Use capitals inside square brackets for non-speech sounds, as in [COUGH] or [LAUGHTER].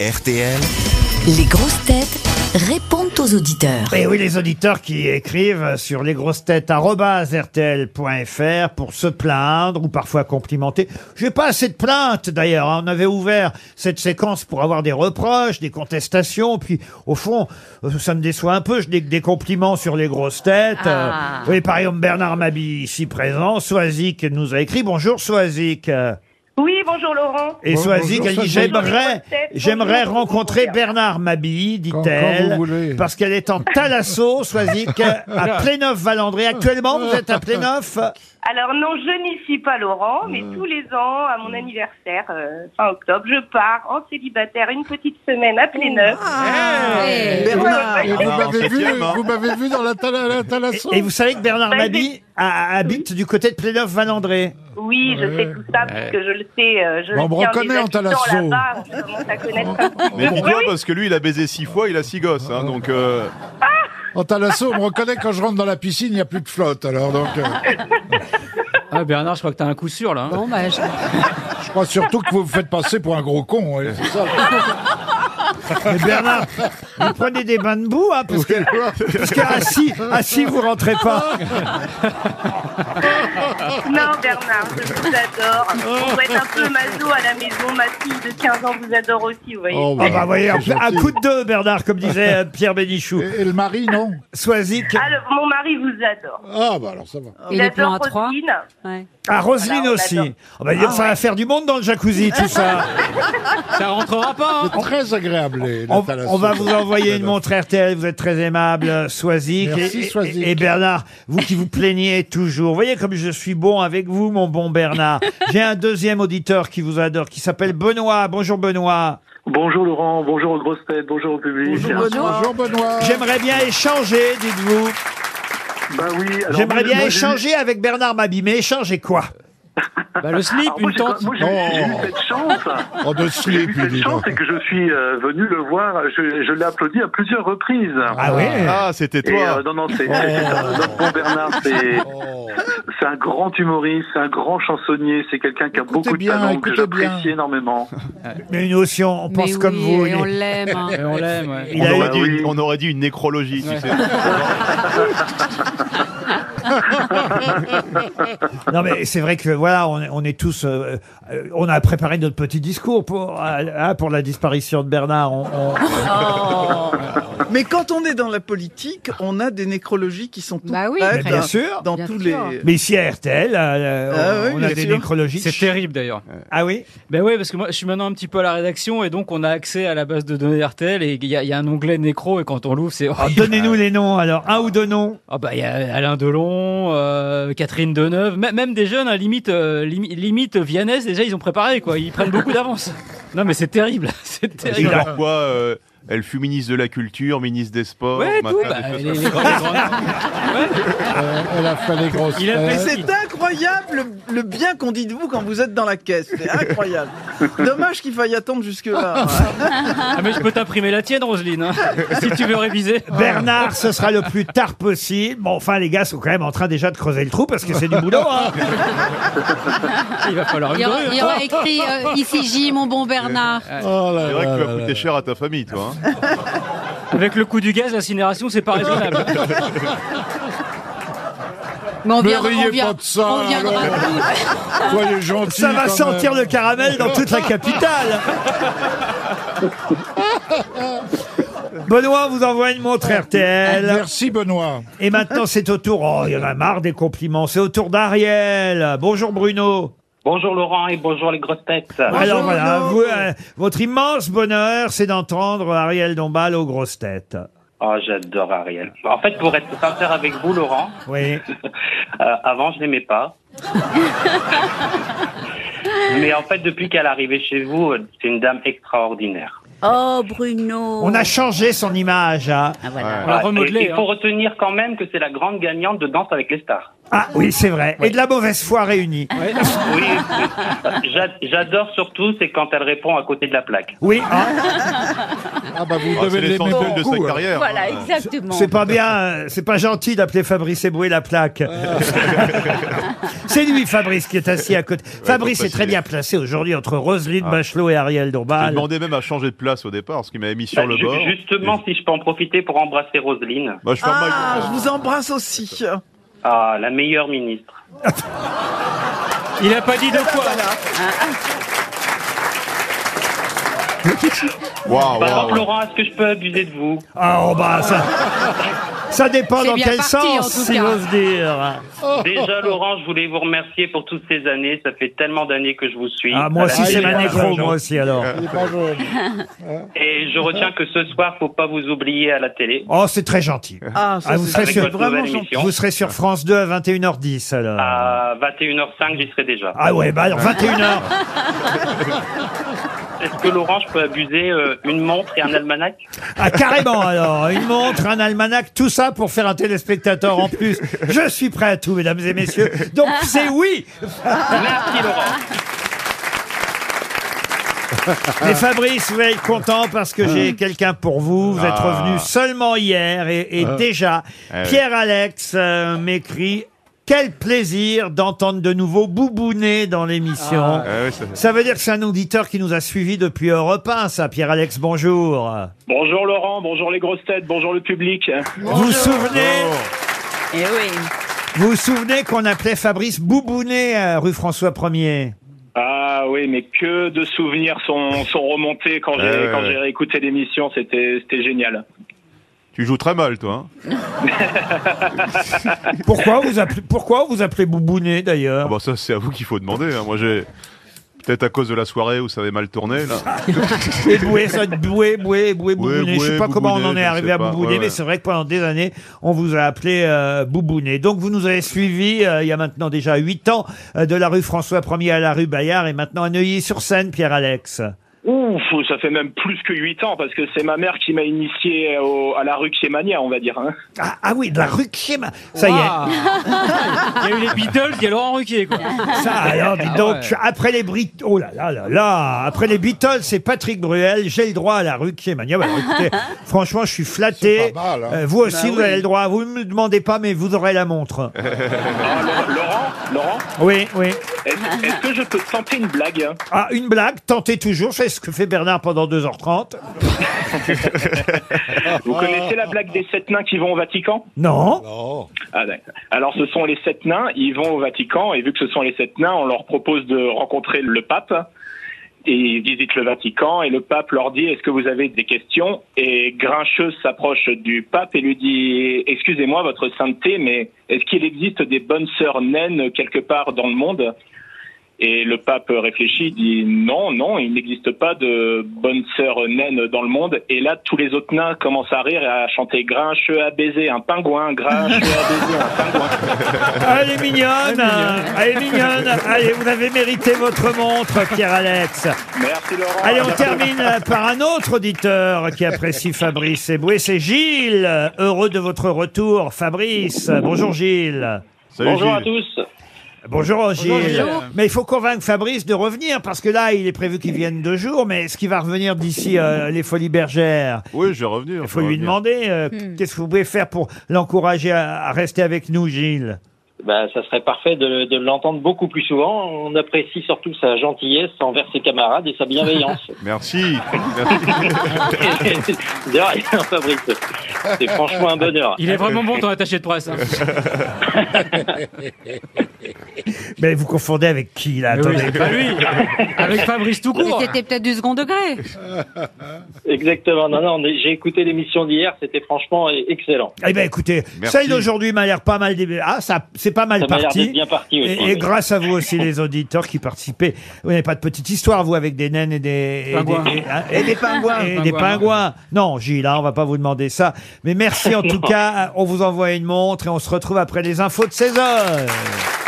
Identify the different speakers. Speaker 1: RTL.
Speaker 2: Les grosses têtes répondent aux auditeurs.
Speaker 3: Et Eh oui, les auditeurs qui écrivent sur lesgrossetêtes.rtl.fr pour se plaindre ou parfois complimenter. J'ai pas assez de plaintes d'ailleurs. hein. On avait ouvert cette séquence pour avoir des reproches, des contestations. Puis au fond, euh, ça me déçoit un peu. Je n'ai que des compliments sur les grosses têtes. Euh,
Speaker 4: Ah.
Speaker 3: oui, par exemple, Bernard Mabi ici présent. Soazic nous a écrit. Bonjour Soazic. Euh,
Speaker 4: Oui, bonjour Laurent.
Speaker 3: Et
Speaker 5: Bon-
Speaker 3: Soazic,
Speaker 5: bonjour,
Speaker 3: elle dit,
Speaker 5: Soazic.
Speaker 4: Bonjour,
Speaker 3: j'aimerais,
Speaker 4: les grosses têtes.
Speaker 3: j'aimerais
Speaker 4: Bonjour,
Speaker 3: rencontrer
Speaker 4: bonjour.
Speaker 3: Bernard Mabille,
Speaker 5: Quand- quand
Speaker 3: dit-elle,
Speaker 5: vous voulez.
Speaker 3: parce qu'elle est en Talasso, Soazic,
Speaker 5: [LAUGHS]
Speaker 3: à Pléneuf-Valandré. Actuellement, vous êtes à Pléneuf.
Speaker 4: Alors non, je n'y suis pas Laurent, mais tous les ans, à mon anniversaire, euh, fin octobre, je pars en célibataire une petite semaine à Pléneuf.
Speaker 6: Ah,
Speaker 5: Bernard,
Speaker 4: Ouais,
Speaker 5: et
Speaker 4: ouais,
Speaker 1: ouais.
Speaker 5: vous
Speaker 1: Ah,
Speaker 5: m'avez
Speaker 1: c'est
Speaker 5: vu,
Speaker 1: fièrement.
Speaker 5: vous m'avez vu dans la thala- la
Speaker 3: Et,
Speaker 5: thalasson.
Speaker 3: et vous savez que Bernard
Speaker 4: Salut.
Speaker 3: Mabille a- habite du côté de Pléneuf-Valandré.
Speaker 4: Oui, je sais tout ça parce que je le sais. euh, je
Speaker 5: Bah, on
Speaker 4: le
Speaker 5: me
Speaker 4: sais en les
Speaker 5: reconnaît en
Speaker 4: habitant
Speaker 5: Talasso.
Speaker 4: là-bas, Je commence à connaître. un peu.
Speaker 7: Mais
Speaker 4: Oui,
Speaker 7: dis-toi,
Speaker 4: oui.
Speaker 7: parce que lui, il a baisé six fois, il a six gosses. Hein, donc, euh,
Speaker 5: En talasso, on me reconnaît quand je rentre dans la piscine, il n'y a plus de flotte. Alors donc, euh,
Speaker 8: Ah Bernard, je crois que t'as un coup sûr là. hein.
Speaker 5: je crois surtout que vous vous faites passer pour un gros con. ouais, c'est ça.
Speaker 3: Ah Mais
Speaker 5: [LAUGHS]
Speaker 3: Bernard, vous prenez des bains de boue, hein, parce que, parce que ah, assis, assis, vous rentrez pas.
Speaker 5: Ah,
Speaker 4: Non, Bernard, je vous adore.
Speaker 5: Oh.
Speaker 4: On doit être un peu maso à la maison. Ma fille de 15 ans vous adore aussi, vous voyez.
Speaker 5: Oh,
Speaker 3: Ah bah, vous voyez,
Speaker 5: c'est
Speaker 3: un
Speaker 5: gentil.
Speaker 3: coup de deux, Bernard, comme disait euh, Pierre Bénichou.
Speaker 5: Et, et le mari, non
Speaker 3: Soazic,
Speaker 4: Alors, Ah, mon mari vous adore.
Speaker 5: Ah bah alors ça va.
Speaker 4: Il
Speaker 6: Et les plans
Speaker 4: adore
Speaker 6: à trois
Speaker 4: Roselyne.
Speaker 3: à Roselyne
Speaker 4: Voilà, on
Speaker 3: aussi.
Speaker 4: adore.
Speaker 3: Oh bah, dis
Speaker 5: Ah,
Speaker 3: donc, ça va faire du monde dans le jacuzzi, tout
Speaker 5: [LAUGHS]
Speaker 3: ça.
Speaker 8: Ça rentrera pas. hein.
Speaker 5: C'est très agréable. Les, la
Speaker 3: On,
Speaker 5: Thalasso.
Speaker 3: on va vous envoyer une montre RTL, vous êtes très aimable, euh, Soisic.
Speaker 5: Merci,
Speaker 3: et, et-
Speaker 5: Soisic.
Speaker 3: et Bernard, vous qui vous plaignez toujours. Vous voyez comme je suis bon avec vous, mon bon Bernard. J'ai un deuxième auditeur qui vous adore, qui s'appelle Benoît. Bonjour Benoît.
Speaker 9: Bonjour Laurent, bonjour aux grosses têtes, bonjour au public.
Speaker 5: Bonjour Benoît.
Speaker 3: J'aimerais bien échanger, dites-vous.
Speaker 9: Bah oui, alors
Speaker 3: J'aimerais
Speaker 9: moi,
Speaker 3: bien
Speaker 9: moi, j'ai-
Speaker 3: échanger avec Bernard Mabi. Mais échanger quoi
Speaker 8: Bah, le slip,
Speaker 9: alors, Ah, moi,
Speaker 8: une
Speaker 9: j'ai-
Speaker 8: tente.
Speaker 9: Moi j'ai j'ai eu cette chance.
Speaker 5: Oh, de
Speaker 9: J'ai
Speaker 5: slip,
Speaker 9: eu
Speaker 5: [LAUGHS] il
Speaker 9: cette
Speaker 5: dit.
Speaker 9: chance,
Speaker 5: donc.
Speaker 9: c'est que je suis euh, venu le voir, je, je l'ai applaudi à plusieurs reprises.
Speaker 3: Ah oui
Speaker 7: ah, c'était
Speaker 9: Et
Speaker 7: toi.
Speaker 9: euh, non, non, c'est c'est- c'est un- notre bon Bernard, c'est
Speaker 5: Oh.
Speaker 9: c'est un grand humoriste, c'est un grand chansonnier, c'est quelqu'un qui a
Speaker 5: Écoutez
Speaker 9: beaucoup
Speaker 5: bien,
Speaker 9: de talent, que
Speaker 5: écoutez
Speaker 9: j'apprécie
Speaker 5: bien.
Speaker 9: énormément.
Speaker 3: Mais nous aussi, on, on pense
Speaker 6: Mais
Speaker 3: comme
Speaker 6: oui,
Speaker 3: vous.
Speaker 6: et
Speaker 3: Il-
Speaker 6: on l'aime. hein.
Speaker 8: Et on l'aime. ouais.
Speaker 3: il
Speaker 7: on,
Speaker 3: a eu-
Speaker 7: aurait dit
Speaker 9: oui.
Speaker 7: une, on aurait dit une nécrologie, tu sais.
Speaker 3: Non mais c'est vrai que voilà, on, est- on est tous, euh, euh, on a préparé notre petit discours pour euh, hein, pour la disparition de Bernard. On- on-
Speaker 10: Mais quand on est dans la politique, on a des nécrologies qui sont toutes
Speaker 6: Bah oui,
Speaker 3: mais
Speaker 6: très
Speaker 3: bien
Speaker 6: bien.
Speaker 3: sûr.
Speaker 10: Eh dans
Speaker 6: Bien
Speaker 10: tous
Speaker 6: sûr.
Speaker 10: les.
Speaker 3: Mais ici à RTL, euh,
Speaker 10: Ah
Speaker 3: on,
Speaker 10: oui,
Speaker 3: a
Speaker 10: bien
Speaker 3: des
Speaker 10: sûr.
Speaker 3: nécrologies.
Speaker 8: C'est terrible d'ailleurs.
Speaker 3: Ah oui
Speaker 8: Ben oui, parce que moi, je suis maintenant un petit peu à la rédaction et donc on a accès à la base de données RTL et il y, a- il y a un onglet nécro et quand on l'ouvre, c'est. oh,
Speaker 3: Alors, Ah, Donnez-nous les noms, alors, un ou deux noms.
Speaker 8: Ah bah il y a Alain Delon, euh, Catherine Deneuve, mê- même des jeunes, hein, limite, euh, limi- limite Vianney, déjà ils ont préparé quoi, ils prennent beaucoup d'avance. Non mais c'est terrible, [LAUGHS] c'est
Speaker 7: Et
Speaker 8: terrible.
Speaker 7: genre quoi euh, Elle fut ministre de la Culture, ministre des Sports.
Speaker 8: Ouais, tout.
Speaker 7: maintenant,
Speaker 8: bah,
Speaker 7: des choses
Speaker 8: les-
Speaker 7: comme
Speaker 8: les grands- les grands-
Speaker 5: Euh, elle a fait les grosses
Speaker 8: Il a fait
Speaker 10: Mais
Speaker 5: têtes.
Speaker 10: c'est incroyable le- le bien qu'on dit de vous quand vous êtes dans la caisse. C'est
Speaker 9: [LAUGHS]
Speaker 10: incroyable. Dommage qu'il faille attendre jusque-là.
Speaker 8: Ah, mais je peux t'imprimer la tienne, Roselyne, hein, si tu veux réviser.
Speaker 3: Bernard, ce sera le
Speaker 10: [LAUGHS]
Speaker 3: plus tard possible. Bon, enfin, les gars sont quand même en train déjà de creuser le trou parce que
Speaker 10: [LAUGHS]
Speaker 3: c'est du boulot. hein.
Speaker 8: Il va falloir une
Speaker 6: Il y aura,
Speaker 8: grue.
Speaker 6: il y aura écrit euh, ici J, mon bon Bernard.
Speaker 5: Oh là
Speaker 7: C'est vrai
Speaker 5: là
Speaker 7: que tu
Speaker 5: là
Speaker 7: vas
Speaker 5: là.
Speaker 7: coûter cher à ta famille, toi. hein.
Speaker 8: Avec le coût du gaz, l'incinération, c'est pas raisonnable.
Speaker 6: Mais on
Speaker 5: Ne
Speaker 6: viendra,
Speaker 5: riez
Speaker 6: on vient-
Speaker 5: pas de ça,
Speaker 6: on viendra
Speaker 5: alors.
Speaker 6: tous.
Speaker 5: Soyez gentils.
Speaker 3: Ça va
Speaker 5: quand
Speaker 3: sentir
Speaker 5: même.
Speaker 3: le caramel dans toute
Speaker 10: [LAUGHS]
Speaker 3: la capitale. Benoît on vous envoie une montre
Speaker 10: Ah,
Speaker 3: RTL.
Speaker 5: Merci Benoît.
Speaker 3: Et maintenant, c'est au tour. Oh, il y en a marre des compliments. C'est au tour d'Ariel. Bonjour, Bruno.
Speaker 9: Bonjour Laurent et bonjour les grosses têtes.
Speaker 3: Ah, Alors voilà,
Speaker 10: Laure.
Speaker 3: vous, euh, votre immense bonheur, c'est d'entendre Ariel Dombal aux grosses têtes.
Speaker 9: Oh, j'adore Ariel. En fait, pour être sincère avec vous, Laurent, [LAUGHS]
Speaker 3: Oui.
Speaker 9: Euh, avant, je l'aimais pas. Mais en fait, depuis qu'elle est arrivée chez vous, euh, c'est une dame extraordinaire.
Speaker 4: Oh Bruno
Speaker 3: On a changé son image. hein.
Speaker 8: On l'a
Speaker 7: Ah
Speaker 9: Voilà. Et
Speaker 8: remodelé.
Speaker 9: Il
Speaker 8: hein.
Speaker 9: faut retenir quand même que c'est la grande gagnante de Danse avec les stars.
Speaker 3: Ah oui, c'est vrai. Et de la mauvaise foi réunie.
Speaker 9: Oui, oui. [LAUGHS] J'a- j'adore surtout, c'est quand elle répond à côté de la plaque.
Speaker 3: Oui, ah,
Speaker 5: Ah bah vous
Speaker 7: Ah,
Speaker 5: devez
Speaker 7: c'est
Speaker 5: l'aimer
Speaker 7: l'essentiel de sa
Speaker 5: beaucoup. hein.
Speaker 7: carrière.
Speaker 1: Voilà,
Speaker 7: hein.
Speaker 1: exactement.
Speaker 3: [LAUGHS] c'est pas bien, euh, c'est pas gentil d'appeler Fabrice Eboué la plaque. [LAUGHS] c'est lui, Fabrice, qui est assis à côté. Fabrice
Speaker 7: pas
Speaker 3: est très
Speaker 7: facile.
Speaker 3: bien placé aujourd'hui entre Roselyne Bachelot et Ariel
Speaker 7: J'ai
Speaker 3: Dombal.
Speaker 7: demandé même à changer de place au départ, parce qu'il m'avait mis sur
Speaker 9: Bah,
Speaker 7: le
Speaker 9: ju-
Speaker 7: bord.
Speaker 9: Justement, si je peux en profiter pour embrasser Roselyne,
Speaker 7: Bah, je ferme
Speaker 10: Ah, je
Speaker 7: ma gueule.
Speaker 10: vous embrasse aussi.
Speaker 9: ah, la meilleure ministre.
Speaker 8: Il a pas dit de quoi.
Speaker 7: Waouh,
Speaker 9: Par
Speaker 7: waouh.
Speaker 9: exemple, Bah, Laurent, est-ce que je peux abuser de vous
Speaker 3: Ah, oh, bah, ça, ça dépend
Speaker 6: C'est
Speaker 3: dans
Speaker 6: bien
Speaker 3: quel
Speaker 6: parti, en
Speaker 3: sens,
Speaker 6: tout
Speaker 3: si
Speaker 6: cas.
Speaker 3: j'ose dire.
Speaker 9: [LAUGHS] Déjà, Laurent, je voulais vous remercier pour toutes ces années. Ça fait tellement d'années que je vous suis.
Speaker 3: Ah, moi
Speaker 9: À la
Speaker 3: aussi,
Speaker 5: Ah,
Speaker 3: c'est
Speaker 5: il est
Speaker 3: ma
Speaker 5: pas
Speaker 3: nécro,
Speaker 5: jeune.
Speaker 3: moi aussi, alors.
Speaker 5: Il est pas jaune.
Speaker 9: Et je retiens que ce soir, faut pas vous oublier à la télé.
Speaker 3: Oh, c'est très gentil.
Speaker 10: Ah,
Speaker 3: Ah,
Speaker 10: ça,
Speaker 3: vous
Speaker 10: c'est
Speaker 3: serez
Speaker 9: Avec
Speaker 3: sûr.
Speaker 9: votre
Speaker 10: vraiment
Speaker 9: nouvelle
Speaker 10: gentil.
Speaker 9: émission. Ah.
Speaker 3: Vous serez sur France 2 à 21h10, alors.
Speaker 9: À 21h05, j'y serai déjà.
Speaker 3: Ah ouais, bah alors 21h.
Speaker 9: Est-ce que Laurent, je peux abuser euh, une montre et un almanach
Speaker 3: Ah, carrément, alors. Une montre, un almanach, tout ça pour faire un téléspectateur en plus. Je suis prêt à tout, mesdames et messieurs. Donc, c'est oui.
Speaker 9: Merci Laurent.
Speaker 3: Mais Fabrice, vous êtes content parce que j'ai quelqu'un pour vous. Vous êtes
Speaker 7: Ah.
Speaker 3: revenu seulement hier et, et déjà,
Speaker 7: Eh oui.
Speaker 3: Pierre-Alex euh, m'écrit Quel plaisir d'entendre de nouveau Boubounet dans l'émission.
Speaker 7: Ah ouais, ça-
Speaker 3: Ça veut dire que c'est un auditeur qui nous a suivis depuis Europe 1, ça. Pierre-Alex, bonjour.
Speaker 9: Bonjour Laurent, bonjour les grosses têtes, bonjour le public.
Speaker 3: Vous vous souvenez,
Speaker 1: Eh oui.
Speaker 3: vous vous souvenez qu'on appelait Fabrice Boubounet à rue François 1er
Speaker 9: Ah oui, mais que de souvenirs sont, sont remontés quand j'ai
Speaker 7: Ouais,
Speaker 9: quand
Speaker 7: Eh ouais.
Speaker 9: j'ai réécouté l'émission, c'était c'était génial.
Speaker 7: Tu joues très mal, toi. hein.
Speaker 3: Pourquoi vous appelez, pourquoi vous appelez Boubounet d'ailleurs
Speaker 7: Ah bah ça, c'est à vous qu'il faut demander. hein. Moi, j'ai... Peut-être à cause de la soirée où ça avait mal tourné, là.
Speaker 3: Et boué, ça, boué, boué, boué, boubouné. je sais
Speaker 7: boué,
Speaker 3: pas comment on en
Speaker 7: boubouné,
Speaker 3: est
Speaker 7: je
Speaker 3: arrivé
Speaker 7: sais
Speaker 3: à
Speaker 7: pas.
Speaker 3: boubouné,
Speaker 7: Ouais,
Speaker 3: mais
Speaker 7: ouais.
Speaker 3: c'est vrai que pendant des années, on vous a appelé euh, boubouné. Donc vous nous avez suivis euh, il y a maintenant déjà huit ans euh, de la rue François 1er à la rue Bayard et maintenant à Neuilly-sur-Seine, Pierre-Alex.
Speaker 9: Ouf, ça fait même plus que 8 ans parce que c'est ma mère qui m'a initié au- à la rue Mania, on va dire. hein.
Speaker 3: Ah, ah oui, de la rue Kim. Ça y est.
Speaker 8: Waouh. Il y a eu les Beatles, il y a Laurent Ruquier, quoi.
Speaker 3: Ça, alors, dis
Speaker 8: Ah
Speaker 3: donc,
Speaker 8: ouais.
Speaker 3: je- après les Brit... Oh là là là là Après les Beatles, c'est Patrick Bruel, j'ai le droit à la rue qui est mania. Bah,
Speaker 8: [LAUGHS]
Speaker 3: écoutez, franchement, je suis flatté.
Speaker 5: C'est pas mal, hein.
Speaker 3: Euh, vous aussi,
Speaker 10: Bah
Speaker 3: vous
Speaker 10: oui.
Speaker 3: avez le droit. Vous ne me demandez pas, mais vous aurez la
Speaker 9: [LAUGHS]
Speaker 3: montre.
Speaker 9: Ah, Laurent, Laurent, Laurent,
Speaker 3: oui, oui.
Speaker 9: est-ce est-ce que je peux te tenter une blague hein
Speaker 3: Ah, une blague, tentez toujours, c'est ce que fait Bernard pendant 2h30.
Speaker 9: Vous connaissez la blague des sept nains qui vont au Vatican
Speaker 3: Non
Speaker 5: Non.
Speaker 9: Ah, d'accord. Alors, ce sont les sept nains, ils vont au Vatican, et vu que ce sont les sept nains, on leur propose de rencontrer le pape. Et ils visitent le Vatican, et le pape leur dit Est-ce que vous avez des questions Et Grincheuse s'approche du pape et lui dit Excusez-moi, votre sainteté, mais est-ce qu'il existe des bonnes sœurs naines quelque part dans le monde et le pape réfléchit, dit non, non, il n'existe pas de bonne sœur naine dans le monde. Et là, tous les autres nains commencent à rire et à chanter Grinche à baiser un pingouin, Grinche à baiser un pingouin.
Speaker 3: Ah, Elle est mignonne hein. Elle est mignonne Allez, vous avez mérité votre montre, Pierre-Alex.
Speaker 9: Merci Laurent.
Speaker 3: Allez, on termine euh, par un autre auditeur qui apprécie Fabrice Eboué, c'est Gilles. Heureux de votre retour, Fabrice. Bonjour Gilles.
Speaker 7: Salut,
Speaker 9: Bonjour à
Speaker 7: Gilles.
Speaker 9: tous.
Speaker 3: Bonjour Gilles.
Speaker 8: Gilles.
Speaker 3: Mais il faut convaincre Fabrice de revenir parce que là, il est prévu qu'il vienne deux jours, mais est-ce qu'il va revenir d'ici euh, les Folies Bergères
Speaker 7: Oui, je vais revenir.
Speaker 3: Il
Speaker 7: je
Speaker 3: faut
Speaker 7: vais
Speaker 3: lui
Speaker 7: revenir.
Speaker 3: demander euh, qu'est-ce que vous pouvez faire pour l'encourager à, à rester avec nous, Gilles.
Speaker 9: Bah, ça serait parfait de, de l'entendre beaucoup plus souvent. On apprécie surtout sa gentillesse envers ses camarades et sa bienveillance. [LAUGHS]
Speaker 7: Merci. [LAUGHS] Merci.
Speaker 9: De rien, Fabrice. C'est franchement un bonheur.
Speaker 8: Il est vraiment bon ton attaché de presse. hein.
Speaker 3: Mais vous confondez avec qui là
Speaker 8: Mais oui,
Speaker 3: Attendez.
Speaker 8: c'est pas lui. Avec Fabrice tout
Speaker 6: Mais
Speaker 8: court.
Speaker 6: C'était peut-être du second degré.
Speaker 9: Exactement. Non, non, on est- j'ai écouté l'émission d'hier. C'était franchement excellent.
Speaker 3: Eh ben écoutez,
Speaker 7: Merci.
Speaker 3: celle d'aujourd'hui m'a l'air pas mal. dé- Ah, ça, c'est pas mal
Speaker 9: Ça m'a l'air
Speaker 3: parti.
Speaker 9: d'être bien parti aussi.
Speaker 3: Et, et grâce à vous aussi, les auditeurs qui participaient. Vous n'avez pas de petite histoire, vous, avec des naines et des. et
Speaker 8: Pingouins.
Speaker 3: des- et- hein, et des-
Speaker 10: Les pingouins.
Speaker 3: et des pingouins. Non, Gilles, hein, on va pas vous demander ça.
Speaker 9: [LAUGHS]
Speaker 3: Mais merci en tout cas. On vous envoie une montre et on se retrouve après les infos de 16 heures.